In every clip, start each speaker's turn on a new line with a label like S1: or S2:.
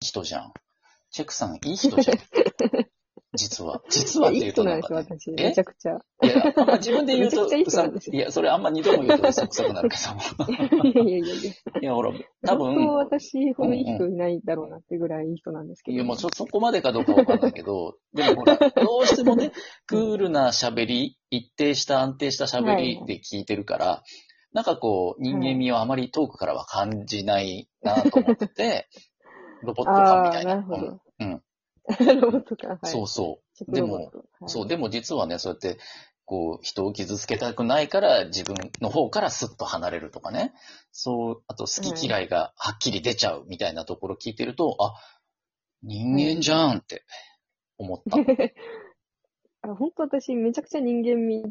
S1: 人じゃん。チェクさんいい人 じゃん。実は。実はって
S2: いい
S1: 言う
S2: 人
S1: と
S2: な
S1: なんん
S2: ですよ、
S1: か、ね、
S2: 私。
S1: え
S2: めちゃくちゃ。
S1: いや、あんま自分で言うと、
S2: めちゃくちゃいい人なんですよ
S1: うさいや、それあんま二度も言うとうさんくさくなるけども。
S2: いやいやいやいや。
S1: いや、ほら、多
S2: 本
S1: 分
S2: 当、私ほどいい人いないだろうなってぐらいいい人なんですけ
S1: い
S2: ど。
S1: や、もうそ、そこまでかどうかわかんないけど、で もほら、どうしてもね、クールな喋り、一定した安定した喋りで聞いてるから、なんかこう、人間味をあまり遠くからは感じないなと思ってて、ロボット感み
S2: あ
S1: た
S2: あ、
S1: いな。
S2: なるほど。
S1: うん。
S2: ロボットか。はい。
S1: そうそう。
S2: 食ロボット、はい
S1: そう、でも実はね、そうやって、こう、人を傷つけたくないから、自分の方からスッと離れるとかね。そう、あと好き嫌いがはっきり出ちゃうみたいなところ聞いてると、あ、人間じゃんって思った。
S2: あ本当私、めちゃくちゃ人間味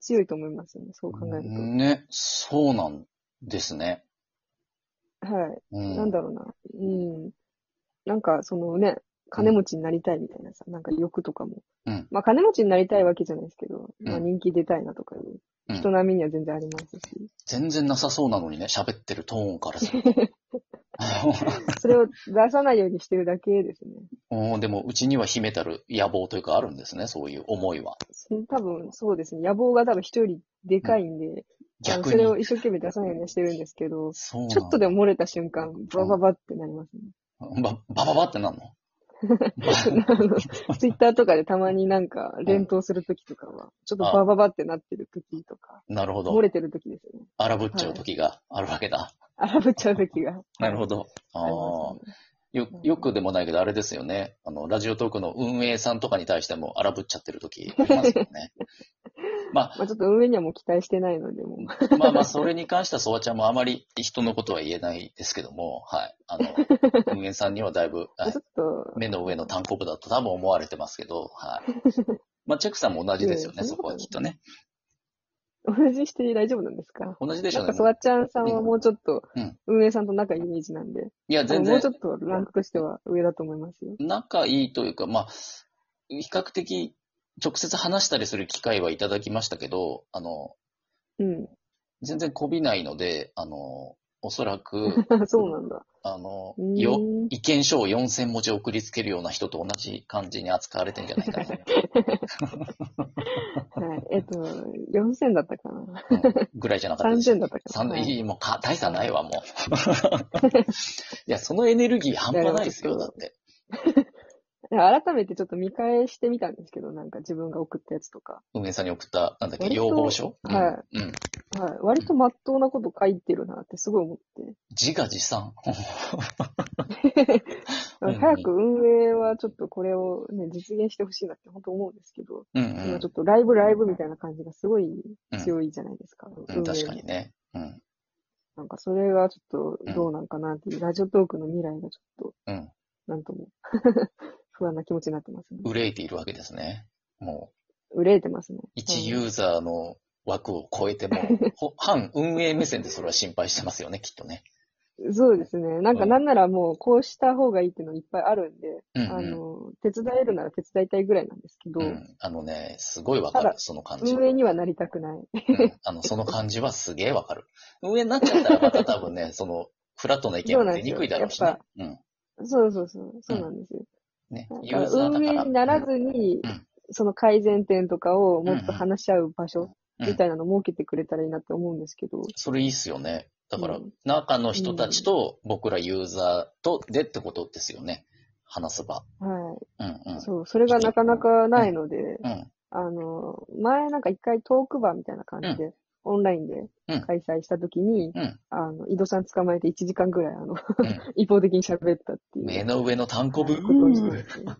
S2: 強いと思いますね。そう考える
S1: ね、そうなんですね。
S2: と。はい。
S1: うん。
S2: なんだろうな。うん。なんか、そのね、金持ちになりたいみたいなさ、なんか欲とかも。
S1: うん
S2: まあ、金持ちになりたいわけじゃないですけど、
S1: ん
S2: まあ、人気出たいなとかいう、
S1: うん
S2: 人並みには全然ありますし、
S1: 全然なさそうなのにね、喋ってるトーンからす る
S2: それを出さないようにしてるだけですね。
S1: とうん。でも、うちには秘めたる野望というかあるんですね、そういう思いは。
S2: その多分、そうですね。野望が多分人よりでかいんで、あの
S1: 逆
S2: そ
S1: に
S2: れ。を一生懸命出さないようにしてるんですけど、
S1: そうなんだ
S2: ちょっとでも漏れた瞬間、バババってなりますね。
S1: ば、ばばばってなんの
S2: ツイッターとかでたまになんか連投するときとかは、ちょっとバババってなってるときとか、
S1: なるほ
S2: 漏
S1: ど。
S2: れてるときですよね。
S1: 荒ぶっちゃう時があるわけだ。
S2: 荒ぶっちゃうときが。
S1: なるほど。あ
S2: あ
S1: あ
S2: りま
S1: ー、
S2: すね。
S1: よ、よくでもないけど、あれですよね。あの、ラジオトークの運営さんとかに対しても荒ぶっちゃってる時ありますよね。
S2: まあちょっと運営にはもう期待してないので、もう。
S1: まあまあ、それに関しては、ソワちゃんもあまり人のことは言えないですけども、はい。あの、運営さんにはだいぶ、はい
S2: ちょっと、
S1: 目の上の単行部だと多分思われてますけど、はい。まあ、チェックさんも同じですよね、
S2: いやい
S1: そ
S2: や
S1: こはきっとね。
S2: 同じして大丈夫なんですか
S1: 同じでし
S2: な
S1: ょう
S2: んか、
S1: ね
S2: そ。わちゃんさんはもうちょっと
S1: うん、
S2: 運営さんと仲いいイメージなんで、
S1: いや、全
S2: も
S1: 然
S2: うちょっとランクとしては上だと思いますよ。
S1: 仲いいというか、まあ、比較的直接話したりする機会はいただきましたけど、あの、
S2: うん。
S1: 全然こびないので、あの、おそらく、
S2: そうなんだ。
S1: あの
S2: う、ーん
S1: よ、意見書を4000文字送りつけるような人と同じ感じに扱われてんじゃないかな。
S2: はい。えっと、4000だった かな
S1: うんぐらいじゃなかったでしょ
S2: ?3000 だったか
S1: 三
S2: な、はい
S1: いい、もうか、大差ないわ、もう。 いや、そのエネルギー半端ないですよ、
S2: いや
S1: だって。
S2: 改めてちょっと見返してみたんですけど、なんか自分が送ったやつとか。
S1: 運営さんに送った、なんだっけ、
S2: 割と
S1: 要望書うん
S2: は
S1: うん。
S2: はい。割と真っ当なこと書いてるなってすごい思 って。
S1: 自画自賛。うんうん
S2: 早く運営はちょっとこれをね、実現してほしいなって本当思うんですけど、
S1: うんう
S2: 今
S1: ん
S2: ちょ。っとライブライブみたいな感じがすごい
S1: うん
S2: 強いじゃないですか。
S1: うん、
S2: 運営
S1: 確かに。ね。うん。
S2: なんかそれがちょっとどうなんかなっていう、ラジオトークの未来がちょっ
S1: うん。
S2: と、なんとも、 不安な気持ちになってますね。
S1: 憂えているわけですね。も
S2: 憂えてますね
S1: う、。一ユーザーの枠を超えて も、ほ反運営目線でそれは心配してますよね、きっとね。
S2: うんそうですね。なんかなんならもうこうした方がいいっていうのいっぱいあるんで、
S1: うん、
S2: あ
S1: うん。
S2: の、手伝えるなら手伝いたいぐらいなんですけど、
S1: うん、あのね、すごいわか
S2: た
S1: る
S2: だ、
S1: その感じ。
S2: 運営にはなりたくない。
S1: うんあの、その感じはすげえわかる。運営になっちゃったらまた多分 ね、その、フラットな意見も出にくいだろうしね。うん。
S2: そうそうそう、そうなんですよ。
S1: ね、ユ
S2: だ
S1: ー
S2: か
S1: ザ
S2: ら
S1: ーだ
S2: 運
S1: か
S2: 営
S1: ら。
S2: にならずに、
S1: うん
S2: その改善点とかをもっ
S1: うんう
S2: と
S1: ん
S2: 話し合う場所
S1: うん
S2: みたいなの設けてくれたらいいなって思うんですけど、
S1: それいいっすよね。だから
S2: うん、
S1: 中の人たちと、僕らユーザーとでってことですよね。話す場。
S2: は
S1: うんう
S2: い。
S1: ん。
S2: そう、それがなかなかないので、
S1: うん。
S2: あの、前なんか一回トークバーみたいな感じで、オンラインで開催した時に、
S1: うん
S2: あの、井戸さん捕まえて1時間ぐらい、あ
S1: う
S2: の、
S1: ん。
S2: 一方的に喋ったっていう。
S1: 目の上の単行部。
S2: ことをしてですね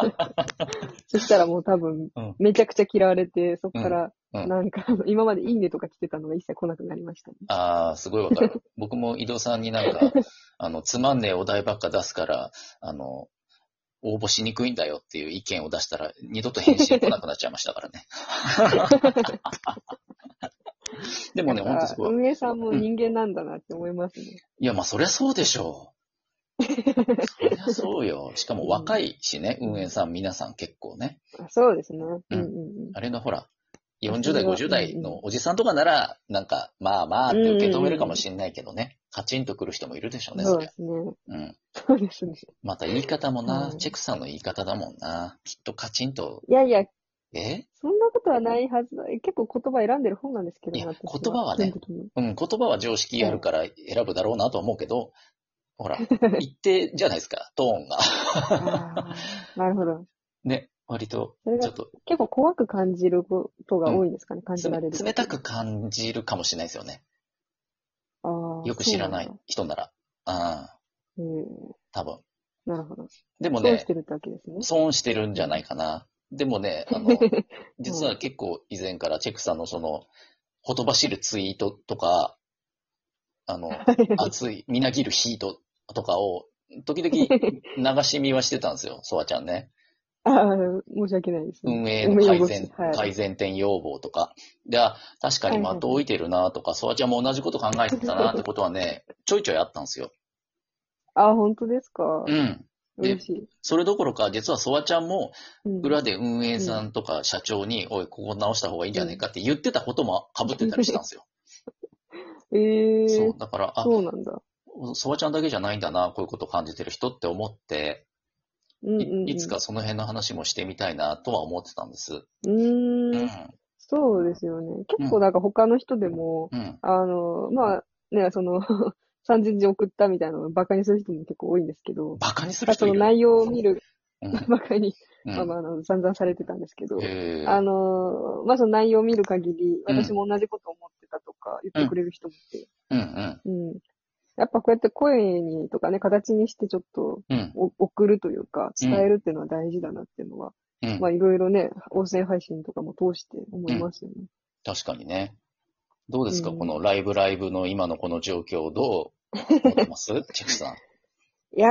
S2: そしたらもう多分
S1: うん、
S2: めちゃくちゃ嫌われて、そこから、
S1: うんうん
S2: なんか、あの今までいいねとか来てたのが一切来なくなりましたね。
S1: ああ、すごいわかる。僕も井戸さんになんか、 あの、つまんねえお題ばっか出すから、あの、応募しにくいんだよっていう意見を出したら、二度と返信来なくなっちゃいましたからね。 でもね、
S2: や
S1: ほ
S2: っ
S1: んと
S2: ぱ
S1: すごい。
S2: 運営さんも人間なんだなって思いますね。
S1: いや、まあ、そりゃそうでしょう。そりゃそうよ。しかも若いしね、運営さん皆さん結構ね。
S2: あそうですね。うん
S1: う
S2: うんんうん。
S1: あれがほら、 40代、50代のおじさんとかなら、なんか、まあまあって受け止めるかもしれないけどね、カチンとくる人もいるでしょうね、
S2: そう
S1: り
S2: で
S1: ゃ
S2: すね。
S1: うん。
S2: そうですね。
S1: また言い方もな、
S2: うん
S1: チェクさんの言い方だもんな。きっとカチンと、
S2: いやいや、
S1: え
S2: そんなことはないはずだ。結構言葉選んでる方なんですけど
S1: いや
S2: 私
S1: 言葉はね
S2: 基本的 に
S1: うん、言葉は常識あるから選ぶだろうなとは思うけど、ほ ら、一定じゃないですか、トーンが。
S2: あーなるほど。
S1: ね、割と、
S2: それが
S1: ちょっと
S2: 結構怖く感じることが多いんですかね、感じ
S1: つめ
S2: られる。
S1: 冷たく感じるかもしれないですよね。
S2: あー
S1: よく知らない
S2: そ
S1: 人なら。ああ、
S2: うなんだ
S1: 多分。
S2: うん。なるほど。
S1: でも
S2: そう
S1: ね
S2: し、てるってわけですね。
S1: 損してるんじゃないかな。でもね、あ の、実は結構以前からチェックさんのその、ほとばしるツイートとか、あの、 熱い、みなぎるヒートとかを、時々流し見はしてたん ですよ、ソワちゃんね。
S2: ああ、申し訳ないです、ね。
S1: 運営の改善、
S2: はい
S1: 改善点要望とか。で、あ確かに的を置いてるなとか、ソワちゃんも同じこと考えてたなってことは ね、ちょいちょいあったんですよ。
S2: ああ、本当ですか。
S1: うん。で
S2: 嬉しい。
S1: それどころか、実はソワちゃんも、
S2: うん
S1: 裏で運営さんとか社長に、おい、ここ直した方がいいんじゃないかって言ってたことも被ってたりしたんですよ。
S2: ええー、
S1: そう。だから、あ、
S2: そうなんだ。
S1: そばちゃんだけじゃないんだな、こういうこと感じてる人って思って、
S2: うんうんうん、
S1: いいつか。その辺の話もしてみたいなとは思ってたんです。
S2: う
S1: う
S2: ーん、
S1: ん。
S2: そうですよね。結構なんか他の人でも、
S1: うん。
S2: あの、まあ、ね、その、30字送ったみたいなのをバカにする人も結構多いんですけど、
S1: バカにする
S2: あそ
S1: 人い
S2: の
S1: る。
S2: 内容を見る、
S1: うん。
S2: バカに、
S1: うん。
S2: まあまああの、散々されてたんですけど、
S1: へー
S2: あの、まあその内容を見る限り、
S1: うん
S2: 私も同じこと思ってたとか言ってくれる人もいて、
S1: うんうん。
S2: うん。やっぱこうやって声にとかね、形にしてちょっと
S1: うん。
S2: お送るというか、伝えるっていうのは大事だなっていうのは、
S1: うん
S2: ま。あいろいろね、音声配信とかも通して思いますよね。
S1: 確かにね。どうですか、
S2: うん
S1: このライブライブの今のこの状況どう思ってます チェックさん。
S2: いや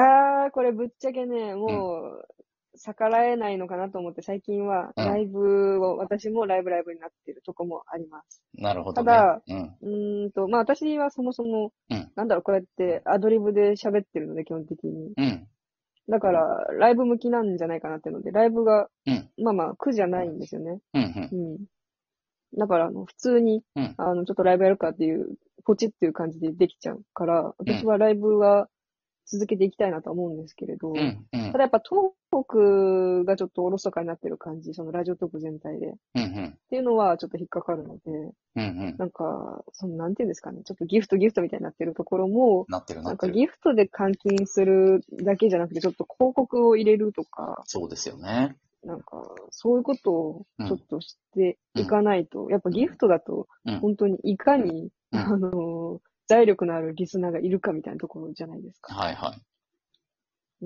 S2: ー、これぶっちゃけね、もう、逆らえないのかなと思って、最近は、
S1: うん
S2: ライブを、私もライブライブになってるとこもあります。
S1: なるほどね。
S2: ただ
S1: うん。
S2: うーんと、まあ私はそもそも、
S1: うん
S2: なんだろう、こうやってアドリブで喋ってるので、基本的に。
S1: うん。
S2: だから、ライブ向きなんじゃないかなっていうので、ライブが、
S1: うん。
S2: まあまあ、苦じゃないんですよね。
S1: うん。うん
S2: う。ん。だから、あの、普通に、
S1: うん
S2: あの、ちょっとライブやるかっていう、ポチっていう感じでできちゃうから、私はライブは続けていきたいなとは思うんですけれど、
S1: うん。うん。
S2: ただやっぱトークがちょっとおろそかになってる感じ、そのラジオトーク全体で。っ
S1: うん。うん。
S2: ていうのはちょっと引っかかるので、
S1: うん。うん。
S2: なんか、そのなんていうんですかね、ちょっとギフトギフトみたいになってるところも、
S1: なってる
S2: な
S1: なんって
S2: か
S1: る。
S2: ギフトで換金するだけじゃなくて、ちょっと広告を入れるとか、
S1: そうですよね。
S2: なんか、そういうことをちょっとしていかないと、やっぱギフトだと
S1: うん、
S2: 本当にいかに、
S1: うん
S2: あの、財力のあるリスナーがいるかみたいなところじゃないですか。
S1: はいはい。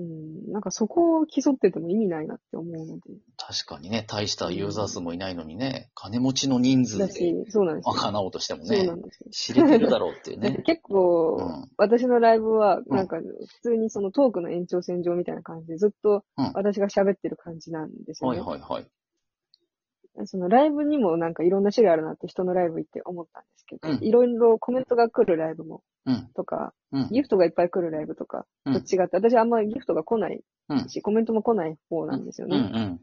S2: うん、なんかそこを競ってても意味ないなって思うので。
S1: 確かにね、大したユーザー数もいないのにね、金持ちの人数
S2: だ
S1: で
S2: し、そうなんですよ。
S1: 賄おうとしても
S2: そう
S1: ね
S2: な、んですよ。
S1: 知れてるだろうっていう
S2: だって
S1: ね。
S2: 結構、
S1: うん
S2: 私のライブは、
S1: ん
S2: なんか、普通にそのトークの延長線上みたいな感じで、ずっと
S1: うん
S2: 私が喋ってる感じなんですよ
S1: はい
S2: ね。
S1: はいはい。
S2: そのライブにもなんかいろんな種類あるなって人のライブ行って思ったんですけど、
S1: うん
S2: いろいろコメントが来るライブも、
S1: うん。
S2: とか、
S1: うん。
S2: ギフトがいっぱい来るライブとか、
S1: うん
S2: と違って、私あんまりギフトが来ないし、コメントも来ない方なんですよ
S1: うんう
S2: ね。
S1: ん。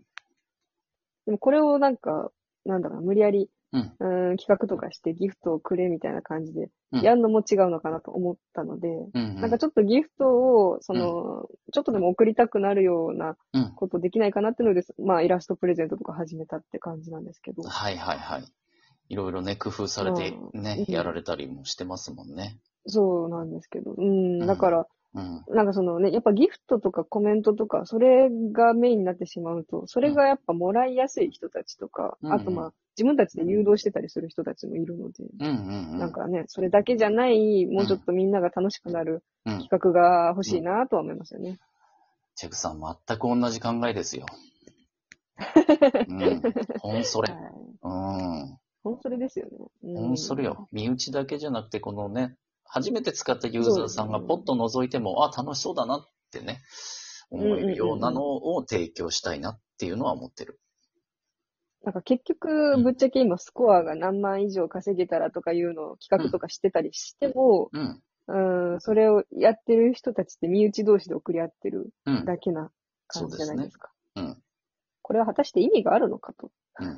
S2: でもこれをなんか、なんだろうな、無理やり、
S1: うん
S2: うん企画とかしてギフトをくれみたいな感じで
S1: うん、
S2: やるのも違うのかなと思ったので、
S1: うん。
S2: なんかちょっとギフトを、その、ちょっとでも送りたくなるような
S1: うん。
S2: ことできないかなっていうのです、まあイラストプレゼントとか始めたって感じなんですけど。
S1: はいはいはい。いろいろね、工夫されてね、
S2: うん
S1: やられたりもしてますもんね。
S2: そうなんですけど。う
S1: うん
S2: ん、だから、
S1: うん。
S2: なんかそのね、やっぱギフトとかコメントとか、それがメインになってしまうと、それがやっぱもらいやすい人たちとか、
S1: うん
S2: あとまあ、自分たちで誘導してたりする人たちもいるので、
S1: うんうんうん。
S2: なんかね、それだけじゃない、もうちょっとみんなが楽しくなる
S1: うん
S2: 企画が欲しいなとは思いますよね。
S1: チェクさん、全く同じ考えですよ。うん。ほんそれ
S2: は。い。
S1: うん。
S2: ほんそれですよね。
S1: ほ
S2: うん
S1: それよ。。身内だけじゃなくて、このね、初めて使ったユーザーさんがポッと覗いても、あ、楽しそうだなってね、思えるようなのを提供したいなっていうのは思ってる。
S2: なんか結局、ぶっちゃけ今スコアが何万以上稼げたらとかいうのを企画とかしてたりしても、
S1: うん。
S2: うん、それをやってる人たちって身内同士で送り合ってる
S1: うん。
S2: だけな
S1: そ
S2: 感
S1: う
S2: じ
S1: で
S2: じ
S1: す
S2: ゃないで
S1: ね
S2: す。か。
S1: うん。
S2: これは果たして意味があるのかと、
S1: うんうん、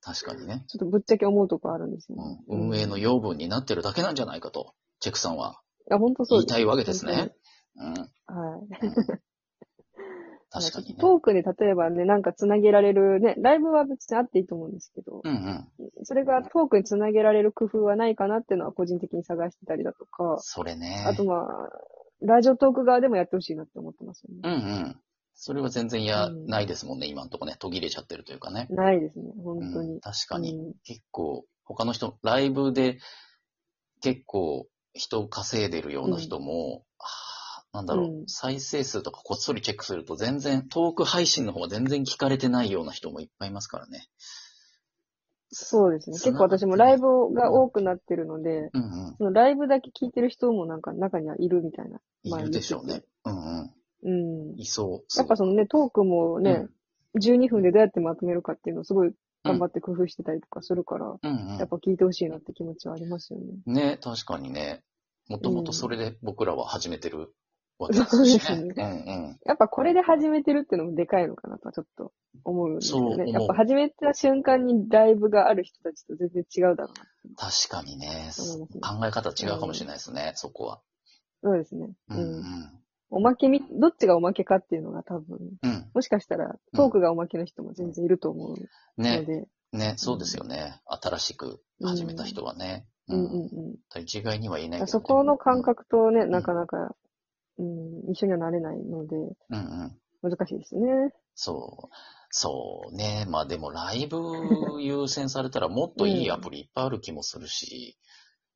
S1: 確かにね、
S2: ちょっとぶっちゃけ思うとこあるんですよ、ね。
S1: うん。運営の養分になってるだけなんじゃないかと、チェクさんはい
S2: や、本当そう
S1: 言
S2: で
S1: い
S2: す。
S1: たいわけですね。うん。
S2: はい。
S1: うん確かにね。
S2: トークで例えばね、なんかつなげられるね、ライブは別にあっていいと思うんですけど、
S1: うんうん。
S2: それがトークにつなげられる工夫はないかなっていうのは個人的に探してたりだとか、
S1: それね。
S2: あとまあ、ラジオトーク側でもやってほしいなって思ってますよ
S1: うんう
S2: ね。
S1: ん。それは全然や、
S2: うん
S1: ないですもんね、今んとこね。途切れちゃってるというかね。
S2: ないですね、本当
S1: う
S2: に
S1: ん、。確かに。
S2: うん
S1: 結構、他の人、ライブで結構人を稼いでるような人も、はあなんだろう、
S2: うん
S1: 再生数とかこっそりチェックすると全然、トーク配信の方が全然聞かれてないような人もいっぱいいますからね。
S2: そうですね。
S1: つ
S2: 結
S1: な
S2: 構
S1: がって
S2: 私もライブが多くなってるので、
S1: うんうん。
S2: そのライブだけ聞いてる人もなんか中にはいるみたいな。
S1: い
S2: まあ
S1: るでしょうね。うんうん。
S2: うん。
S1: いそう。
S2: やっぱそのね、トークもね、12分でどうやってまとめるかっていうのをすごい頑張って工夫してたりとかするから、
S1: うん、うんうん
S2: やっぱ聞いてほしいなって気持ちはありますよね。
S1: ね、確かにね。もともとそれで僕らは始めてるわけ
S2: そうです
S1: ね。
S2: やっぱこれで始めてるっていうのもでかいのかなとはちょっと思うんですよ
S1: そう思
S2: ね。
S1: う
S2: やっぱ始めた瞬間にライブがある人たちと全然違うだろう
S1: う
S2: な。
S1: んうん。確かにね。
S2: そうですね
S1: 考え方違うかもしれないですね、そこは。
S2: そうですね。
S1: う
S2: うん
S1: うん
S2: ん。。おまけみ、どっちがおまけかっていうのが多分、
S1: うん。
S2: もしかしたらトークがおまけの人も全然いると思うの
S1: ね、
S2: で。
S1: ね、そうですよね。新しく始めた人はね。
S2: うんうん
S1: ん。
S2: うん
S1: 一概には言えな
S2: だ
S1: い
S2: か
S1: けど。
S2: らそこの感覚とね、
S1: ん
S2: なかなか、うん、一緒にはなれないので、
S1: うんうん。
S2: 難しいですね。
S1: そう。そうね。まあでもライブ優先されたらもっといいアプリいっぱいある気もするし。
S2: い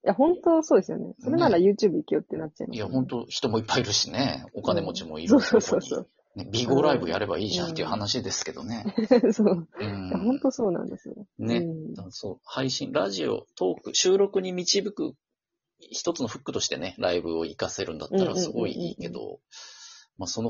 S2: や、本当そうですよね。それなら YouTube 行けよってなっちゃいます、
S1: いや、本当人もいっぱいいるしね。お金持ちもいる。
S2: そうそうそうそう。
S1: ね、ビゴライブやればいいじゃんっていう話ですけどね。
S2: そう。
S1: う
S2: い
S1: ん
S2: や、本当そうなんですよ。
S1: ね
S2: うん
S1: だからそう、配信、ラジオ、トーク、収録に導く一つのフックとしてね、ライブを活かせるんだった
S2: うんうんうん
S1: ら
S2: うん
S1: すごいいいけど、まあその